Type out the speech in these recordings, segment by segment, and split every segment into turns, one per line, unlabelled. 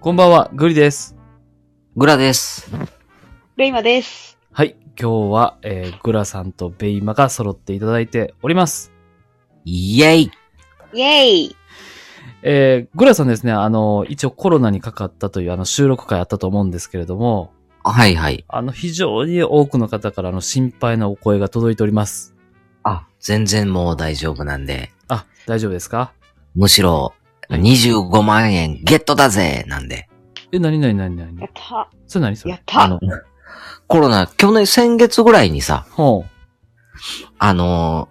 こんばんは、グリです。
グラです。
レイマです。
はい、今日は、えー、グラさんとベイマが揃っていただいております。
イェイ
イェイ
えー、グラさんですね、あの、一応コロナにかかったというあの収録会あったと思うんですけれども、
はいはい。
あの、非常に多くの方からの心配なお声が届いております。
あ、全然もう大丈夫なんで、
あ、大丈夫ですか
むしろ、
はい
25万円ゲットだぜなんで。
え、なになになにな
や
に
った。
それ何それ
やった
あの、
コロナ、去年、先月ぐらいにさ、
ほ
あの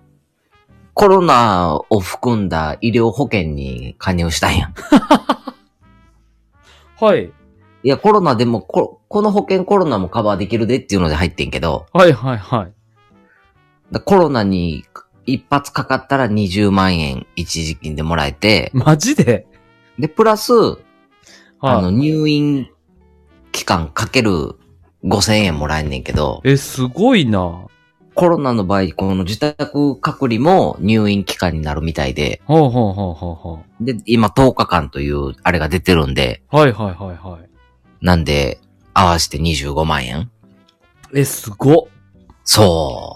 ーコロナを含んだ医療保険に加入したんや。
う。はい。
いや、コロナでもこ、この保険コロナもカバーできるでっていうので入ってんけど、
はいはいはい。
だコロナに一発かかったら20万円一時金でもらえて、
マジで
で、プラス、
はい
あの、入院期間かける5000円もらえんねんけど、
え、すごいな。
コロナの場合、この自宅隔離も入院期間になるみたいで、
ほうほうほうほうほ
で、今10日間というあれが出てるんで、
う。はいはいはいはい。
なんで、合わせて25万円
え、すごっ。
そ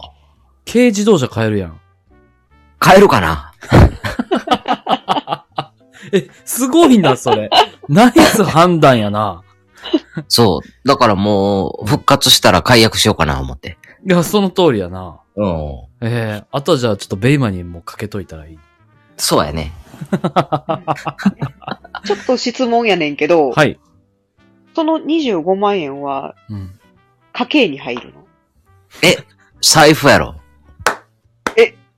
軽自動車買えるやん。
う。買えるかな
え、すごいな、それ。ナイス判断やな。
そう。だからもう、復活したら解約しようかな、思って。
いや、その通りやな。
うん。
ええあとはじゃあちょっとベイマにもかけといたらいい。
そうやね。
ちょっと質問やねんけど、
はい。
その25万円は
うん。
家計に入るの
財布やろ。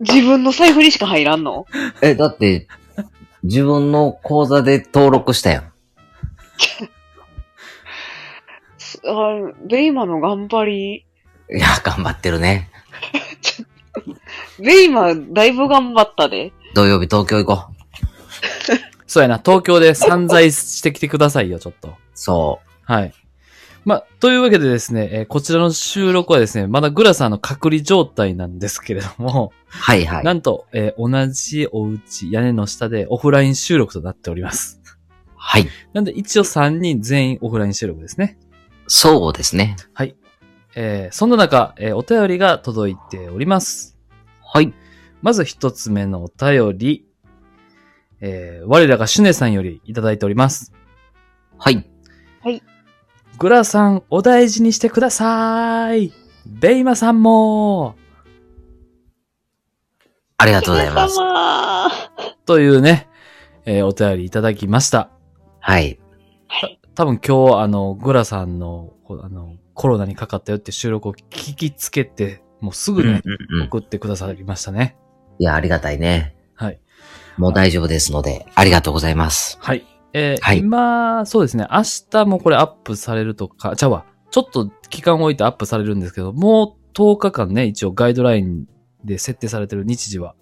自分の財布にしか入らんの
え、だって、自分の口座で登録したやん。
すあベイマの頑張り、
いや、頑張ってるね。
ベイマだいぶ頑張ったで。
土曜日東京行こう。
そうやな、東京で散財してきてくださいよ、ちょっと。
そう。
はい。ま、というわけでですね、えーこちらの収録はですね、まだグラさんの隔離状態なんですけれども、
はいはい。
なんと、えー同じお家、屋根の下でオフライン収録となっております。
はい。
なんで一応3人全員オフライン収録ですね。
そうですね。
えーそんな中、えーお便りが届いております。
はい。
まず一つ目のお便り。えー我らがシュネさんよりいただいております。
はい。
グラさん、お大事にしてください。ベイマさんも
ありがとうございます。
様
というね、えーお便りいただきました。
はい。
多分今日、あの、グラさんの、こあの、コロナにかかったよって収録を聞きつけて、もうす
う
ぐ
んうん
ね、
うん。
送ってくださりましたね。
いや、ありがたいね。
はい。
もう大丈夫ですので、ありがとうございます。
はい。えー
はい
今、そうですね、明日もこれアップされるとか、ちゃうわ、ちょっと期間を置いてアップされるんですけど、もう10日間ね、一応ガイドラインで設定されてる日時は、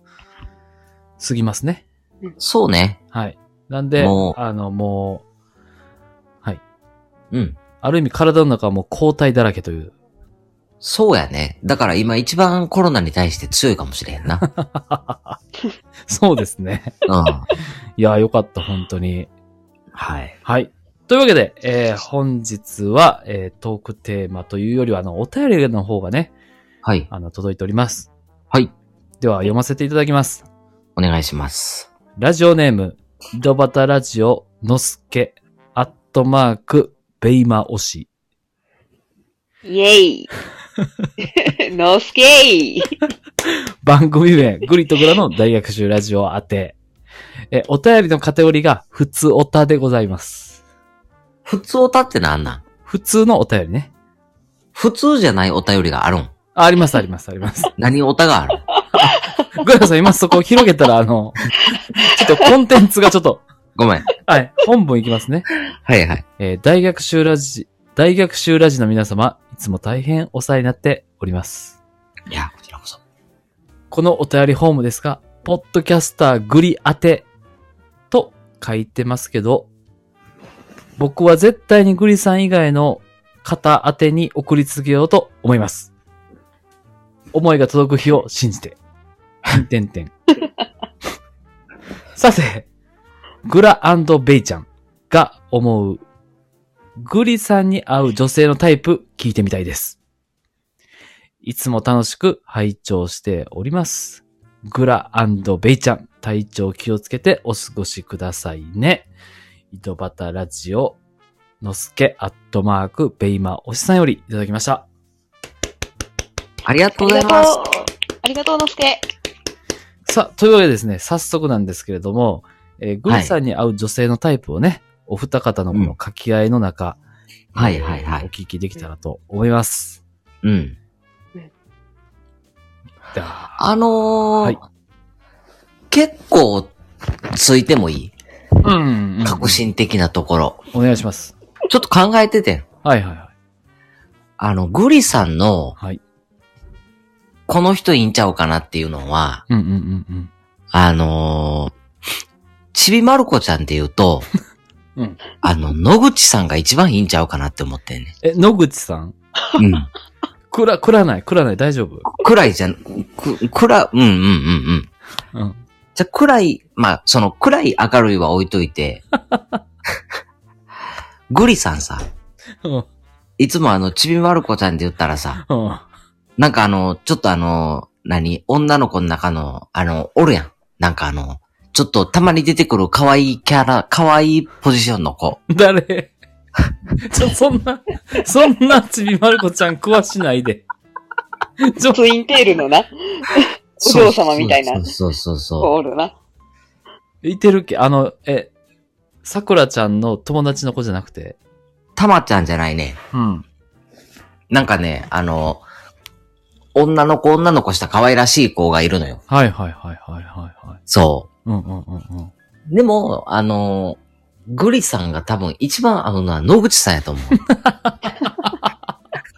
過ぎますね。
そうね。
はい。なんで
も、う
あの、もう、
うん。
ある意味体の中はもう抗体だらけと いう。
そうやね。だから今一番コロナに対して強いかもしれへんな。
そうですね。
うん。
いやー、よかった、本当に。
はい。
はい。というわけで、えー本日は、えートークテーマというよりは、あの、お便りの方がね、
はい。
あの、届いております。
はい。
では、読ませていただきます。
お願いします。
ラジオネーム、井戸端ラジオのすけ、アットマーク、ベイマ推し。
イ ェイノースケイ
番組名、グリとグラの大学習ラジオ宛て。え、お便りのカテゴリーが、普通おたでございます。
普通おたってなんなん
普通のお便りね。
普通じゃないお便りがあるん。
あ、あります、あります、あります。
何おたがあるん
グラさん、今そこを広げたら、あの、ちょっとコンテンツがちょっと、
ごめん。
はい、本文いきますね。
はいはい。
えー大学習ラジ、大学習ラジの皆様、いつも大変お世話になっております。
いや、こちらこそ。
このお便りホームですが、ポッドキャスターグリ宛てと書いてますけど、僕は絶対にグリさん以外の方宛てに送り続けようと思います。思いが届く日を信じて。てんて ん。さて、グラベイちゃんが思うグリさんに合う女性のタイプ聞いてみたいです。いつも楽しく拝聴しております。グラベイちゃん、体調気をつけてお過ごしくださいね。糸端ラジオ、のすけアットマーク、ベイマおしさんよりいただきました。
ありが
あ
とう
り
ござ
が
い
と
ます。
う。ありがとう、のすけ。
さあ、というわけでですね、早速なんですけれども、えーグリさんに合う女性のタイプをね、お二方のこの掛け合いの中、
はいはいは
えーお
い。
聞きできたらと思います。
うん。
では
あのー
はい
結構、ついてもいい
うん、
革新的なところ。
お願いします。
ちょっと考えててん。
はいはいはい。
あの、グリさんの、
はい
この人いいんちゃうかなっていうのは、
うんうんうん
あのーちびまる子ちゃんで言うと、
うん。うん。
あの、野口さんが一番いいんちゃうかなって思ってんね。
え、野口さん
うん。
くら、くらない、くらない、大丈夫。
くらいじゃん、く、くら、うんうんうんうん。
うん。
じゃ、くらい、まあ、その、くらい明るいは置いといて、 グリさんさ、
うん。
いつもあの、ちびまる子ちゃんで言ったらさ、
うん
なんかあの、ちょっとあの、何女の子の中の、あの、おるやん。なんかあの、ちょっとたまに出てくる可愛いキャラ、可愛いポジションの子。
誰 ちょ、そんな、そんなちびまる子ちゃん食わしないで。ちょ、
ツインテールのな、お嬢様みたいな
そうそうそうそう
おるな。
いてるっけあの、え、さくらちゃんの友達の子じゃなくて。
そう。たまちゃんじゃないね。
うん。
なんかね、あの、女の子女の子した可愛らしい子がいるのよ。
はいはいはいはいはいはい。
そ
うんうんうんうん。
う。でも、あの、グリさんが多分一番あのな、野口さんやと思う。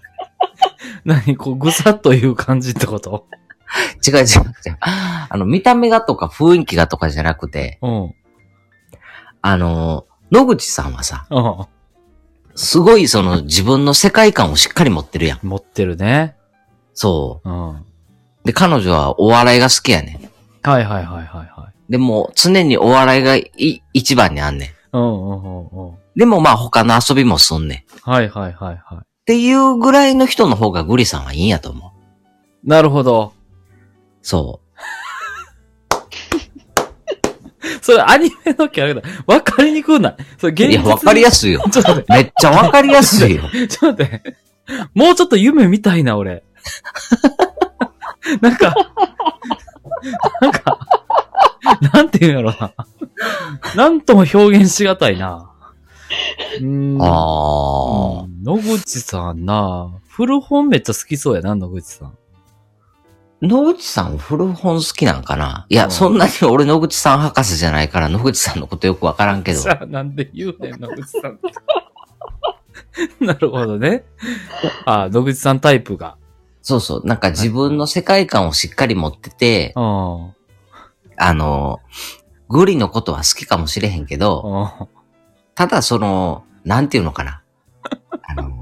何こう、ぐさっという感じってこと
違う違う違う。あの、見た目がとか雰囲気がとかじゃなくて、
うん。
あの、野口さんはさ、
うん。
すごいその自分の世界観をしっかり持ってるやん。
持ってるね。
そ
うん。は
う。で、彼女はお笑いが好きやねん。
いはいはいはいはい。
でも、常にお笑いがい一番にあんねん。
うんうんうんうん。
でもまあ他の遊びもすんねん。っ
はいはいはいは
ていうぐらいの人の方がグリさんはいいんやと思う。
い。なるほど。
そ
それアニメのキャラクター、わかりにくくないそれ
う。
現実
いや、わかりやすいよ。
い。ちょっと待
めっちゃわかりや すいよ。
って、ちょっと待って。もうちょっと夢見たいな、俺。 なんか、なんか、なんていうんやろな。なんとも表現しがたいな。うーん。
ああ。
うん野口さんな古本めっちゃ好きそうやな、野口さん。
野口さん古本好きなんかないや、
うん
そんなに俺野口さん博士じゃないから野口さんのことよくわからんけど。
じゃあなんで言うねん、野口さん。 なるほどね。あ野口さんタイプが。
そうそう。なんか自分の世界観をしっかり持ってて、
うん。
あの、グリのことは好きかもしれへんけど、
うん
ただその、なんていうのかな。あの、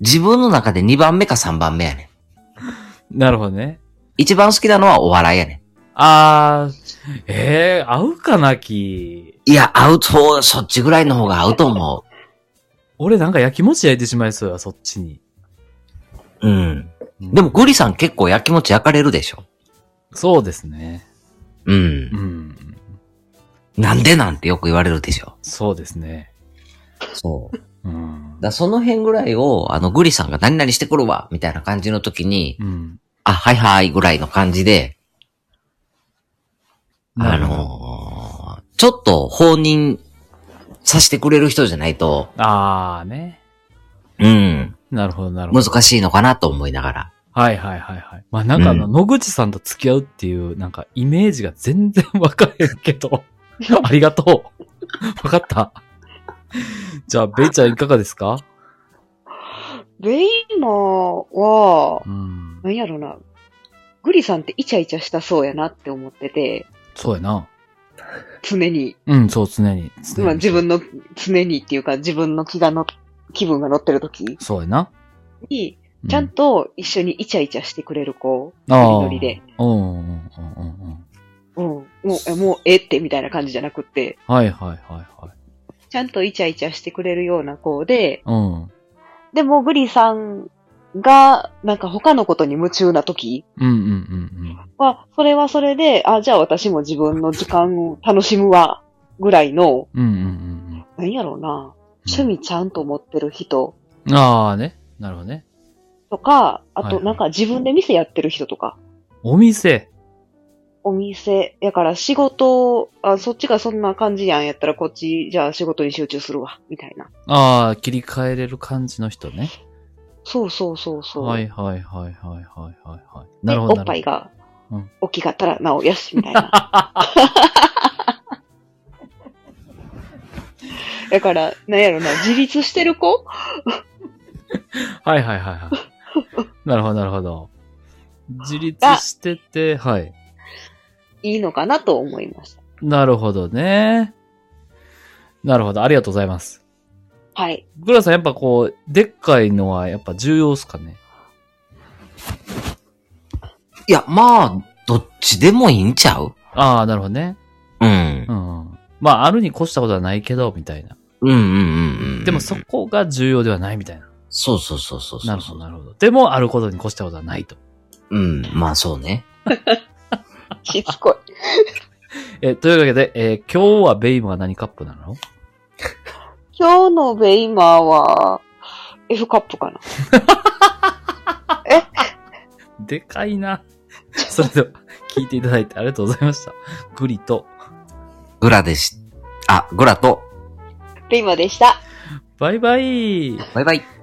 自分の中で2番目か3番目やねん。
なるほどね。
一番好きなのはお笑いやね
あー、えー、合うかなき。
ん。いや、合うと、そっちぐらいの方が合うと思
俺なんか焼きもち焼いてしまいそうや、そっちに。
う。うん。
うん
でも、グリさん結構やきもち焼かれるでしょ。
そうですね。
うん
う。ん。
なんでなんてよく言われるでしょ。
そうですね。
そう。だか
うん。
らその辺ぐらいを、あの、グリさんが何々してくるわ、みたいな感じの時に、
うん。
あ、はいはい、ぐらいの感じで、あ
なるほど
のーちょっと放任させてくれる人じゃないと、
あーね。
うん、
なるほど、なるほど。
難しいのかなと思いながら。
はいはいはいはい。まあなんかあの、
う
野口さんと付き合うっていう、なんかイメージが全然わかれへんけど。 ありがとう。わかった。じゃあ、ベイちゃんいかがですか
ベイマーは、
うん。
なんやろな、グリさんってイチャイチャしたそうやなって思ってて、
そうやな。
常に、
うん、そう、常に。常に
まあ自。分の、常にっていうか自分の気がの、気分が乗ってる時
そうやな。
に、
う
ちゃん、と一緒にイチャイチャしてくれる子、
あー
ノリノリで。
うん、うん、うん、うん。うん
うん、もう、えもう、えってみたいな感じじゃなくって、
はいはいはいはい。
ちゃんとイチャイチャしてくれるような子で、
うん。
でもグリさんが、なんか他のことに夢中な時
うんうんうん
は、それはそれで、あ、じゃあ私も自分の時間を楽しむわ、ぐらいの、
うん。うんうんうん
なんやろうな、
うん。
趣味ちゃんと持ってる人
ああね。なるほどね。
とか、あ
は
と
い
なんか自分で店やってる人とか、
お店。
お店、やから仕事、あ、そっちがそんな感じやんやったらこっち、じゃあ仕事に集中するわ、みたいな。
ああ、切り替えれる感じの人ね。
そうそうそうそう。
はいはいはいはいはいはいはい。
で
なるほど。
おっぱいが
うん
大きかったら、なお、よし、みたいな。だから、なんやろな、自立してる子
はいはいはい はい。なるほどなるほど。自立してて、はい。
いいのかなと思いました。
なるほどね。なるほど。ありがとうございます。
はい。
グラさん、やっぱこう、でっかいのはやっぱ重要っすかね。
いや、まあ、どっちでもいいんちゃう
ああ、なるほどね。
うん。
うん。まあ、あるに越したことはないけど、みたいな。
うんうんうんうん。
でもそこが重要ではないみたいな。
そうそうそうそうそう。
なるほど、なるほど。でも、あることに越したことはないと。
うん、まあそうね。
しつこ い。
え、というわけで、えー今日はベイムは何カップなの
今日のベイマーは、F カップかな。
でかいな。 それでは、聞いていただいてありがとうございました。グリと、
グラでし、あ、グラと、
ベイマーでした。
バイバイ
バイバイ。